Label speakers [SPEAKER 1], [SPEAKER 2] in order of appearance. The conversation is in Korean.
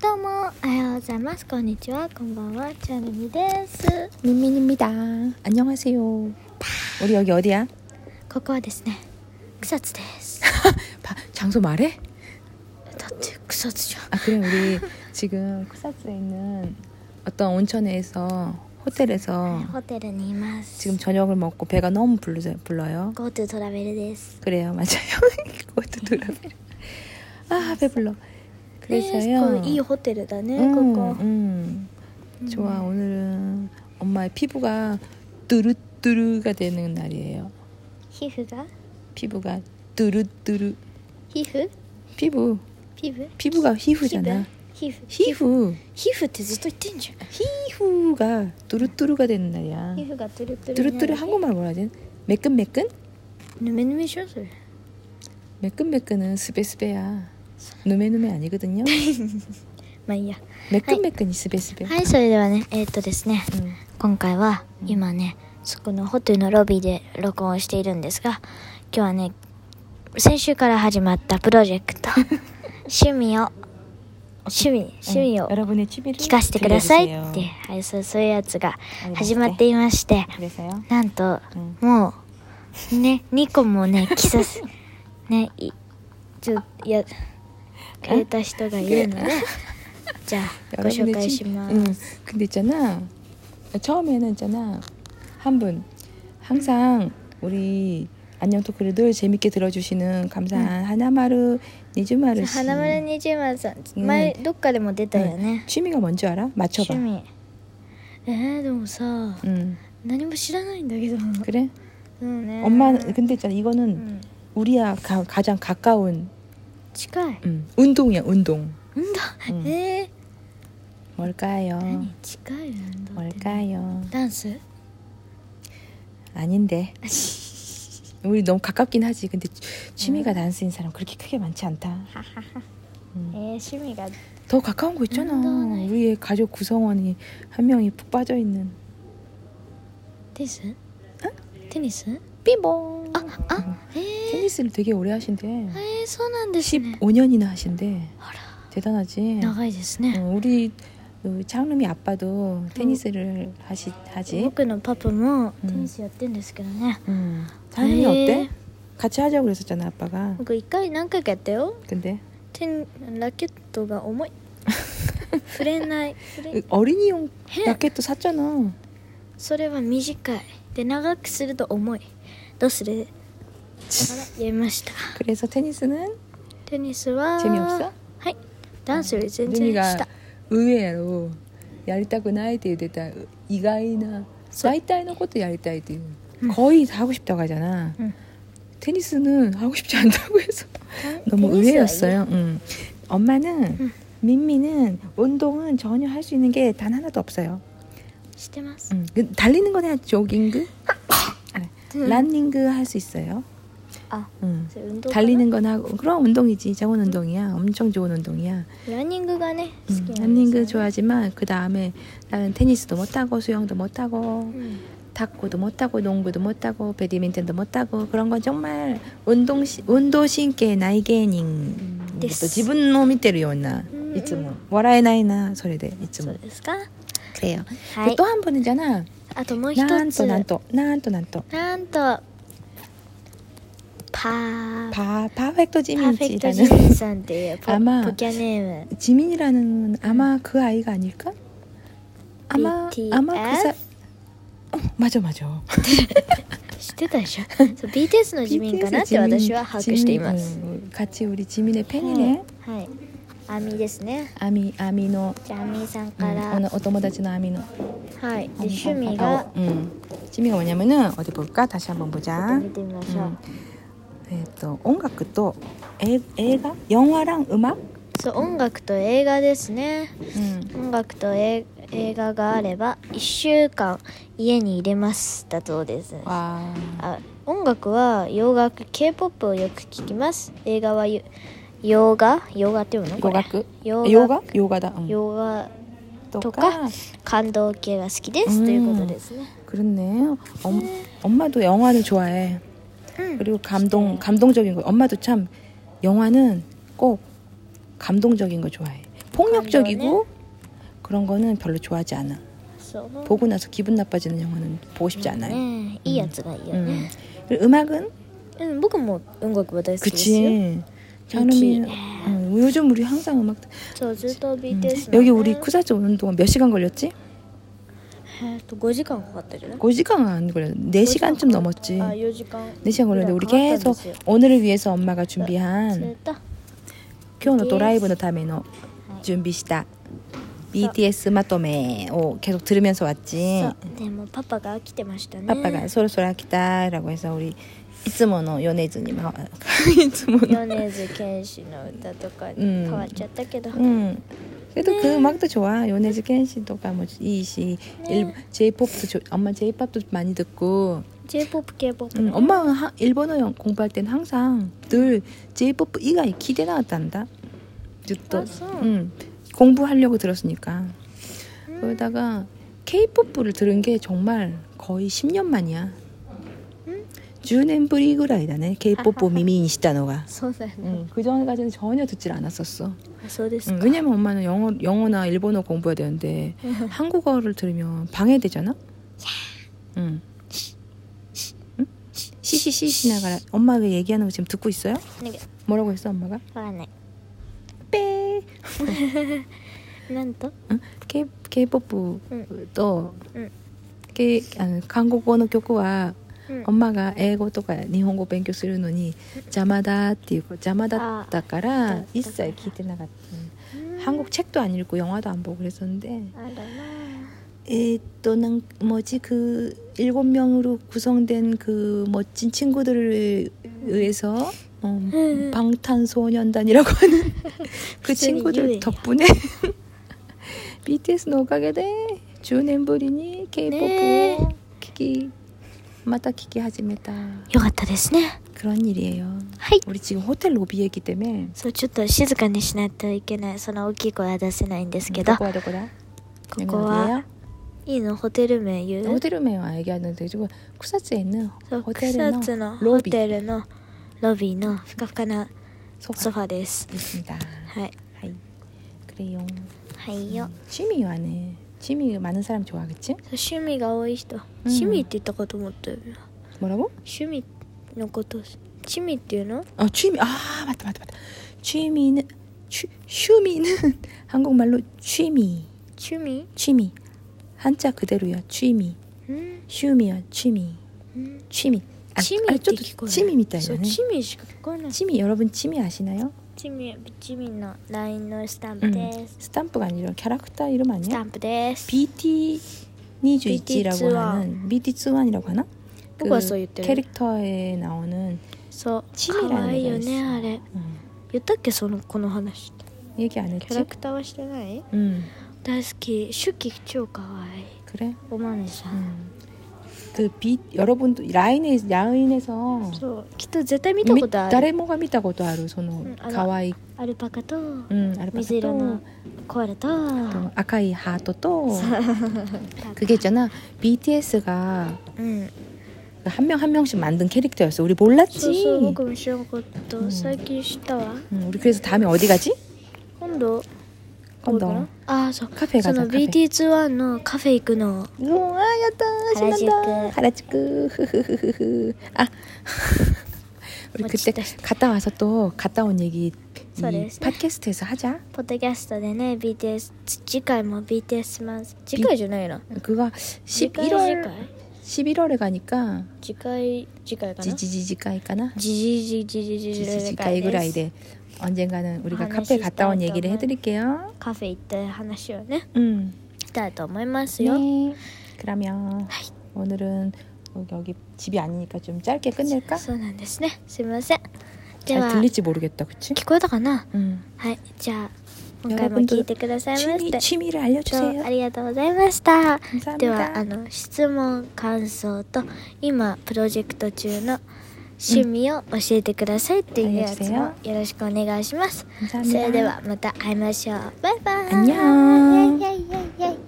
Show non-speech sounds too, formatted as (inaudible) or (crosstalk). [SPEAKER 1] どうも、おはようございます。こんにちは、こんばんは、チャルミです。
[SPEAKER 2] 민민입니다. 안녕하세요. 우리 여기 어디야?
[SPEAKER 1] ここはですね、草津です。
[SPEAKER 2] 바- 장소 말해?
[SPEAKER 1] だって草津じゃん。
[SPEAKER 2] 아 그래 (laughs) 우리 지금 쿠사스에 있는 어떤 온천에서 호텔에서
[SPEAKER 1] ホテルにいます。
[SPEAKER 2] 지금 저녁을 먹고 배가 너무 부르, 불러요.
[SPEAKER 1] GoTo トラベルです。
[SPEAKER 2] 그래요 맞아요. (laughs) 그것도 돌아배. 아 배불러.
[SPEAKER 1] ね
[SPEAKER 2] 네, 그래서요.
[SPEAKER 1] こういいホテルだね、
[SPEAKER 2] 음,
[SPEAKER 1] ここ。
[SPEAKER 2] 음. 좋아 오늘은 엄마의 피부가 뚜루뚜루가 되는 날이에요.
[SPEAKER 1] 皮膚が
[SPEAKER 2] 피부가 뚜루뚜루
[SPEAKER 1] 皮膚
[SPEAKER 2] 피부
[SPEAKER 1] 皮膚
[SPEAKER 2] 피부가
[SPEAKER 1] 皮膚
[SPEAKER 2] 히후잖아.
[SPEAKER 1] 皮膚
[SPEAKER 2] 히후.
[SPEAKER 1] 皮膚ってずっと言ってんじゃん。
[SPEAKER 2] 히후가 뚜루뚜루가 되는 날이야.
[SPEAKER 1] 皮膚がトゥルトゥルになる。
[SPEAKER 2] 뚜루뚜루 한국말 뭐라 하지? 매끈매끈?
[SPEAKER 1] ぬめぬめでしょそれ。
[SPEAKER 2] 매끈매끈은 스베스베야. 누메누메 (laughs) 아니거든요.
[SPEAKER 1] まあいいや。
[SPEAKER 2] 매끈매끈이 스베스베.
[SPEAKER 1] はい、それではね、えーっとですね。
[SPEAKER 2] 응.
[SPEAKER 1] 今回は今ね、そこのホテルのロビーで録音しているんですが今日はね先週から始まったプロジェク (laughs) ト趣味を趣味趣味
[SPEAKER 2] 응,
[SPEAKER 1] を
[SPEAKER 2] 여러분의 취미를
[SPEAKER 1] 聞かせてくださいって、
[SPEAKER 2] 들려주세요. 네.
[SPEAKER 1] はい、そうそういうやつが始まっていまして、
[SPEAKER 2] 그래서요.
[SPEAKER 1] なんと、
[SPEAKER 2] うん
[SPEAKER 1] もうね2個もね着させ (laughs) ねいちょっとやくれた人がいるので (laughs) じゃあご紹
[SPEAKER 2] 여러분의
[SPEAKER 1] 介し
[SPEAKER 2] 취미.
[SPEAKER 1] ます。
[SPEAKER 2] 응. 근데 있잖아. 처음에는 있잖아. 한 분. 항상 우리 안녕 토크를 늘 재밌게 들어주시는 감사한 하나마루 니즈마루 씨.
[SPEAKER 1] 花丸二十丸さん、
[SPEAKER 2] うん
[SPEAKER 1] 前どっかでも出たよね、
[SPEAKER 2] 취미가 뭔지 알아?
[SPEAKER 1] 趣
[SPEAKER 2] 맞춰봐.
[SPEAKER 1] 味えー、でもさ
[SPEAKER 2] 응.
[SPEAKER 1] 何も知らないんだけど
[SPEAKER 2] 그래?
[SPEAKER 1] うんね
[SPEAKER 2] 엄마 근데 있잖아 이거는
[SPEAKER 1] うん、
[SPEAKER 2] 우리야 가, 가장 가까운
[SPEAKER 1] 近い
[SPEAKER 2] 음, 운동이야 운동.
[SPEAKER 1] 運動、
[SPEAKER 2] うん
[SPEAKER 1] え
[SPEAKER 2] 뭘까요?
[SPEAKER 1] ー、何近い運動ってね
[SPEAKER 2] 뭘까요?
[SPEAKER 1] ダンス
[SPEAKER 2] 아닌데. 우리 너무 가깝긴 하지. 근데 취- 취미가 단스인 사람 그렇게 크게 많지 않다.
[SPEAKER 1] えー、趣味が
[SPEAKER 2] 더 가까운 거 있잖아.
[SPEAKER 1] 운동을.
[SPEAKER 2] 우리의 가족 구성원이 한 명이 푹 빠져 있는.
[SPEAKER 1] テニステニス
[SPEAKER 2] 삐봉.
[SPEAKER 1] ああえー、
[SPEAKER 2] 아, 테니스를 되게 오래 하신대.
[SPEAKER 1] えー、そうなんですね
[SPEAKER 2] 15년이나 하신대.
[SPEAKER 1] あら
[SPEAKER 2] 대단하지.
[SPEAKER 1] 長いですね、
[SPEAKER 2] 어, 우리 그 창름이 아빠도 테니스를 하시 하지.
[SPEAKER 1] 僕のパパも
[SPEAKER 2] うん
[SPEAKER 1] テニスやってんですけどね、
[SPEAKER 2] 음. 창름이 어.
[SPEAKER 1] 에.
[SPEAKER 2] 어때? 같이 하자고 그랬었잖아 아빠가.
[SPEAKER 1] 僕一回何回かやったよ
[SPEAKER 2] 근데
[SPEAKER 1] 手にラケットが重い (laughs) 触れない触れ
[SPEAKER 2] 어린이용
[SPEAKER 1] 해.
[SPEAKER 2] 라켓도 샀잖아.
[SPEAKER 1] それは短いで長くすると重いどうするだからやめました
[SPEAKER 2] 그래서 테니스는
[SPEAKER 1] テニス
[SPEAKER 2] 아.
[SPEAKER 1] は
[SPEAKER 2] 재미없어?
[SPEAKER 1] はいダンスより全然
[SPEAKER 2] 루미가
[SPEAKER 1] した
[SPEAKER 2] 의외로 야리타구나이대에다 이가이나
[SPEAKER 1] 소-
[SPEAKER 2] 나이타이는 것도 야리타이대.
[SPEAKER 1] 음.
[SPEAKER 2] 거의 다 하고 싶다고 하잖아.
[SPEAKER 1] 음.
[SPEAKER 2] 테니스는 하고 싶지 않다고 해서 너무
[SPEAKER 1] 테니스
[SPEAKER 2] 의외였어요. 음. 엄마는
[SPEAKER 1] 음.
[SPEAKER 2] 민미는 운동은 전혀 할 수 있는 게 단 하나도 없어요.
[SPEAKER 1] してます、
[SPEAKER 2] 음. 그 달리는 거나 조깅그, 아니,
[SPEAKER 1] 음. 아.
[SPEAKER 2] 런닝그 할 수 있어요.
[SPEAKER 1] あ
[SPEAKER 2] 음.
[SPEAKER 1] それ運動かな
[SPEAKER 2] 달리는 건 하고 그런 운동이지 좋은 운동이야 엄청 좋은 운동이야
[SPEAKER 1] ランニングがね好きなんですよね、
[SPEAKER 2] 런닝도 좋아하지만 그 다음에 나는 테니스도 못하고 수영도 못하고
[SPEAKER 1] うん
[SPEAKER 2] 탁구도 못하고 농구도 못하고 배드민턴도 못하고 그런 건 정말 운동 시- 운동 신께 나이게닝 또
[SPEAKER 1] 됐어.
[SPEAKER 2] 지분 놈이 때려요나
[SPEAKER 1] 음,
[SPEAKER 2] 이쯤은 와라에 나이나 소리대
[SPEAKER 1] そう
[SPEAKER 2] 이쯤은
[SPEAKER 1] ですか
[SPEAKER 2] 그래요
[SPEAKER 1] はい
[SPEAKER 2] 또한 번이잖아
[SPEAKER 1] あともう一つ
[SPEAKER 2] 난또 난또 난또 난또
[SPEAKER 1] なんとパーパ
[SPEAKER 2] 바 아. 바획도
[SPEAKER 1] ーフェクトジ
[SPEAKER 2] 지민지라는
[SPEAKER 1] ミンさんっていうポ
[SPEAKER 2] あまあ
[SPEAKER 1] ポキャネーム
[SPEAKER 2] 지민이라는 아마 그 아이가 아닐까? 아마
[SPEAKER 1] BTS?
[SPEAKER 2] 아마 그 사. 어, 맞아 맞아.
[SPEAKER 1] 知ってたでしょそう BTS の自民かなって
[SPEAKER 2] BTS 의 지민,
[SPEAKER 1] 私は把握しています
[SPEAKER 2] 지민, 음, 같이 우리 지민의 팬이네.
[SPEAKER 1] はいアミですね
[SPEAKER 2] 아미 아미노.
[SPEAKER 1] じゃあアミさん
[SPEAKER 2] 음,
[SPEAKER 1] から、
[SPEAKER 2] 오늘 오토모다치노 아미노.
[SPEAKER 1] はいで趣味が
[SPEAKER 2] 음. 취미가 뭐냐면은 어디 볼까? 다시 한번
[SPEAKER 1] ちょっ
[SPEAKER 2] 보자.
[SPEAKER 1] と見てみましょう、
[SPEAKER 2] 음. 에, 또音楽 또 애, 애가 영화랑 음악.
[SPEAKER 1] そう音楽と映画ですね
[SPEAKER 2] 음.
[SPEAKER 1] 音楽とえ映画があれば1週間家に入れますだそうです
[SPEAKER 2] 와
[SPEAKER 1] あ音楽は洋楽 k p o p をよく聞きます映画はゆ洋画洋画っていうのこ
[SPEAKER 2] 요
[SPEAKER 1] れ
[SPEAKER 2] 각
[SPEAKER 1] 洋楽
[SPEAKER 2] 아, 요가 요가다. 음.
[SPEAKER 1] 洋画とか
[SPEAKER 2] 또가
[SPEAKER 1] 感動系が好きです、
[SPEAKER 2] うん
[SPEAKER 1] ということですね
[SPEAKER 2] 그렇네요. 엄, 엄마도 영화를 좋아해.
[SPEAKER 1] うん
[SPEAKER 2] 그리고 감동 감동적인 거. 엄마도 참 영화는 꼭 감동적인 거 좋아해. 폭력적이고 그런 거는 별로 좋아하지 않아.
[SPEAKER 1] そう
[SPEAKER 2] 보고 나서 기분 나빠지는 영화는 보고 싶지 않아요.
[SPEAKER 1] ねえいいやつがいいよね、
[SPEAKER 2] 음. 악은
[SPEAKER 1] うん僕も音楽は大好きですよ
[SPEAKER 2] 그치. 장르미.
[SPEAKER 1] 인기네.
[SPEAKER 2] 음, 요즘 우리 항상 음악. 음.
[SPEAKER 1] そうずっと BTS のね
[SPEAKER 2] 여기 우리 쿠사츠 오는 동안 몇 시간 걸렸지? 그
[SPEAKER 1] えっと5時間かかったじゃない
[SPEAKER 2] 5시간 안 걸렸어. 4시간쯤 넘었지.
[SPEAKER 1] あ4時間
[SPEAKER 2] 4시간 걸렸는데 우리
[SPEAKER 1] ぐらいかかったん
[SPEAKER 2] 계속
[SPEAKER 1] ですよ
[SPEAKER 2] 오늘을 위해서
[SPEAKER 1] そ
[SPEAKER 2] 엄마가
[SPEAKER 1] れ
[SPEAKER 2] 준비한
[SPEAKER 1] と
[SPEAKER 2] 교노 도라이브의
[SPEAKER 1] BTS.
[SPEAKER 2] 다메노 준비시다. BTS 마토메を 계속 들으면서
[SPEAKER 1] そ
[SPEAKER 2] 왔지.
[SPEAKER 1] うでもパパが飽きてましたね
[SPEAKER 2] 아빠가 소로소로 아키다라고 해서 우리 이츠모노 요네즈님 (laughs) 이츠모노
[SPEAKER 1] 米津玄師の歌とか
[SPEAKER 2] ん
[SPEAKER 1] 変わっちゃったけど、
[SPEAKER 2] 응. 그래도
[SPEAKER 1] 네。
[SPEAKER 2] 그 음악도 좋아. 요네즈 켄시도가 뭐 이시
[SPEAKER 1] 네。
[SPEAKER 2] 일 J-pop도 좋- 엄마 J-pop도 많이 듣고.
[SPEAKER 1] J-POP K-POP
[SPEAKER 2] 응, 엄마는 하- 일본어 영- 공부할 땐 항상 늘 J-pop 이가 기대 나왔단다. 또
[SPEAKER 1] 알았어.
[SPEAKER 2] 응. 음, 공부하려고 들었으니까. 그러다가 K-pop을 들은 게 정말 거의 10년 만이야. 10년 ぶりぐらいだね. K-pop 미미인 시다노가.
[SPEAKER 1] そうだよね、
[SPEAKER 2] 응. 그 전까지는 전혀 듣질 않았었어.
[SPEAKER 1] あそうですか、
[SPEAKER 2] 응, 왜냐면 엄마는 영어, 영어나 일본어 공부해야 되는데 한국어를 들으면 방해되잖아. 응. 응? 시시시 시나가라. 엄마가 얘기하는 거 지금 듣고 있어요?
[SPEAKER 1] なんか
[SPEAKER 2] 뭐라고 했어 엄마가?
[SPEAKER 1] わかんない
[SPEAKER 2] 빼.
[SPEAKER 1] なんと
[SPEAKER 2] 응? K K-pop 또
[SPEAKER 1] うん
[SPEAKER 2] K 아, 한국어의 曲は
[SPEAKER 1] うん、
[SPEAKER 2] 엄마가 애고 とか日本語勉強するのに邪魔だっていう邪魔だったから
[SPEAKER 1] あ
[SPEAKER 2] 一切聞いてなかった。 한국 책도 안 읽고 영화도 안 보고 그랬었는데
[SPEAKER 1] あらまあ
[SPEAKER 2] 에, 또는 뭐지 그 일곱 명으로 구성된 그 멋진 친구들을 의해서 어, 방탄소년단이라고 (laughs) 하는 그
[SPEAKER 1] 무슨
[SPEAKER 2] 친구들
[SPEAKER 1] 이유예요?
[SPEAKER 2] 덕분에 (laughs) BTS 노가게데 주넨부리니
[SPEAKER 1] 네.
[SPEAKER 2] K-pop 키키 마다 키키 하지메다
[SPEAKER 1] よかったですね
[SPEAKER 2] 그런 일이에요.
[SPEAKER 1] はい
[SPEAKER 2] 우리 지금 호텔 로비이기 때문에
[SPEAKER 1] そうちょっと静かにしないといけないその大きい声は出せないんですけどこ
[SPEAKER 2] 고다 고다 네.
[SPEAKER 1] こはいいのホテル名言う
[SPEAKER 2] 호텔룸에와 얘기하는데 지금 쿠사츠에 있는
[SPEAKER 1] そう
[SPEAKER 2] 호텔의
[SPEAKER 1] 草津のホ
[SPEAKER 2] 로비
[SPEAKER 1] テルのロビーのふかふかなソ
[SPEAKER 2] 소파
[SPEAKER 1] ファです
[SPEAKER 2] 있습니다.
[SPEAKER 1] はい
[SPEAKER 2] 하이. 그래요.
[SPEAKER 1] はいよ
[SPEAKER 2] 취미 요하네. 취미 많은 사람 좋아, 그치?
[SPEAKER 1] そう趣味が多い人、趣味って言ったかと思ったよな
[SPEAKER 2] 뭐라고?
[SPEAKER 1] 趣味のこと趣味っていうの
[SPEAKER 2] 어, 취미. 아, 맞다, 맞다, 맞다. 취미는 취, 슈미는 (laughs) 한국말로 취미.
[SPEAKER 1] 趣味
[SPEAKER 2] 취미. 한자 그대로야. 취미.
[SPEAKER 1] うん
[SPEAKER 2] 슈미야. 취미.
[SPEAKER 1] うん
[SPEAKER 2] 취미. 아,
[SPEAKER 1] 趣味って聞こえない
[SPEAKER 2] 취미
[SPEAKER 1] そう
[SPEAKER 2] みたいだね.
[SPEAKER 1] 趣味しか聞こえない
[SPEAKER 2] 취미 여러분 취미 아시나요?
[SPEAKER 1] チミチミの LINE のスタンプ
[SPEAKER 2] 음.
[SPEAKER 1] です、
[SPEAKER 2] 스탬프가 아니라 캐릭터 이름
[SPEAKER 1] ス
[SPEAKER 2] 아니야?
[SPEAKER 1] タンプです、
[SPEAKER 2] BT 21이라고
[SPEAKER 1] BT21.
[SPEAKER 2] 하는 BT 21이라고 하나? 그
[SPEAKER 1] 뭐가 써있대요?
[SPEAKER 2] 캐릭터에 나오는
[SPEAKER 1] そう
[SPEAKER 2] チミ
[SPEAKER 1] 可
[SPEAKER 2] ラン
[SPEAKER 1] 愛い
[SPEAKER 2] で
[SPEAKER 1] よ
[SPEAKER 2] す
[SPEAKER 1] ねあれ
[SPEAKER 2] 음,
[SPEAKER 1] 言ったっけそのこの話
[SPEAKER 2] 얘기 안 했지?
[SPEAKER 1] キャラクターはしてない
[SPEAKER 2] 음
[SPEAKER 1] 大好き手記超可愛い
[SPEAKER 2] 그래.
[SPEAKER 1] おまねさん、
[SPEAKER 2] 음. 그빛 여러분도 라인에 라인에서
[SPEAKER 1] そうきっと絶対見たことある
[SPEAKER 2] 다레모가 미타고도 아루 소노
[SPEAKER 1] 음, 알아.
[SPEAKER 2] 가와이
[SPEAKER 1] アルパカと
[SPEAKER 2] 음
[SPEAKER 1] 水
[SPEAKER 2] 알바도
[SPEAKER 1] 色のコアラと
[SPEAKER 2] 아카이 하토 또 그게 있잖아 BTS가 그
[SPEAKER 1] うん
[SPEAKER 2] 한 명 한 명씩 만든 캐릭터였어 우리
[SPEAKER 1] そう
[SPEAKER 2] 몰랐지
[SPEAKER 1] そう僕も知らなかった、
[SPEAKER 2] うん
[SPEAKER 1] 最近知ったわ
[SPEAKER 2] 음, 우리 그래서 다음에 어디 가지?
[SPEAKER 1] 今度
[SPEAKER 2] 今
[SPEAKER 1] ど
[SPEAKER 2] 度
[SPEAKER 1] うかなああそう
[SPEAKER 2] カフェ
[SPEAKER 1] そ
[SPEAKER 2] が
[SPEAKER 1] の BT21 のカフェ行くの
[SPEAKER 2] 우와 야다 신난다 하라주쿠 흐흐흐흐흐 아 (laughs) 우리 그때
[SPEAKER 1] 멋지다.
[SPEAKER 2] 갔다 와서 또 갔다 온 얘기 이
[SPEAKER 1] 그래서.
[SPEAKER 2] 팟캐스트에서 하자
[SPEAKER 1] ポッドキャストでね BTS 次回も BTS マンス次回じゃないな
[SPEAKER 2] 그거
[SPEAKER 1] 次回次回
[SPEAKER 2] 11월 11월에 가니까
[SPEAKER 1] 次回次回かな
[SPEAKER 2] 지지지지까이까나 지지지까이
[SPEAKER 1] じじじじじじじ
[SPEAKER 2] ぐらいで 언젠가는 우리가
[SPEAKER 1] 하나씩
[SPEAKER 2] 카페 갔다 온
[SPEAKER 1] 따로
[SPEAKER 2] 얘기를
[SPEAKER 1] 하면.
[SPEAKER 2] 해드릴게요.
[SPEAKER 1] カフェ行った話をね
[SPEAKER 2] 음.
[SPEAKER 1] したいと思いますよ、
[SPEAKER 2] 네. 그러면 오늘은 어, 여기 집이 아니니까 좀 짧게 끝낼까?
[SPEAKER 1] そうなんですねすいませんで
[SPEAKER 2] 잘
[SPEAKER 1] は
[SPEAKER 2] 들릴지 모르겠다, 그치?
[SPEAKER 1] 聞こえたかな
[SPEAKER 2] 음.
[SPEAKER 1] はいじゃあ今回も聞いてくださいまし
[SPEAKER 2] 취미,
[SPEAKER 1] て
[SPEAKER 2] 취미를
[SPEAKER 1] どうも
[SPEAKER 2] 알려주세요.
[SPEAKER 1] ありがとうございました
[SPEAKER 2] 감사합니다
[SPEAKER 1] ではあの質問感想と今プロジェクト中の趣味を教えてくださいっていうやつもよろしくお願いします、
[SPEAKER 2] 감사합니다.
[SPEAKER 1] それではまた会いましょうバイバイ
[SPEAKER 2] 안녕.
[SPEAKER 1] イエイイエイ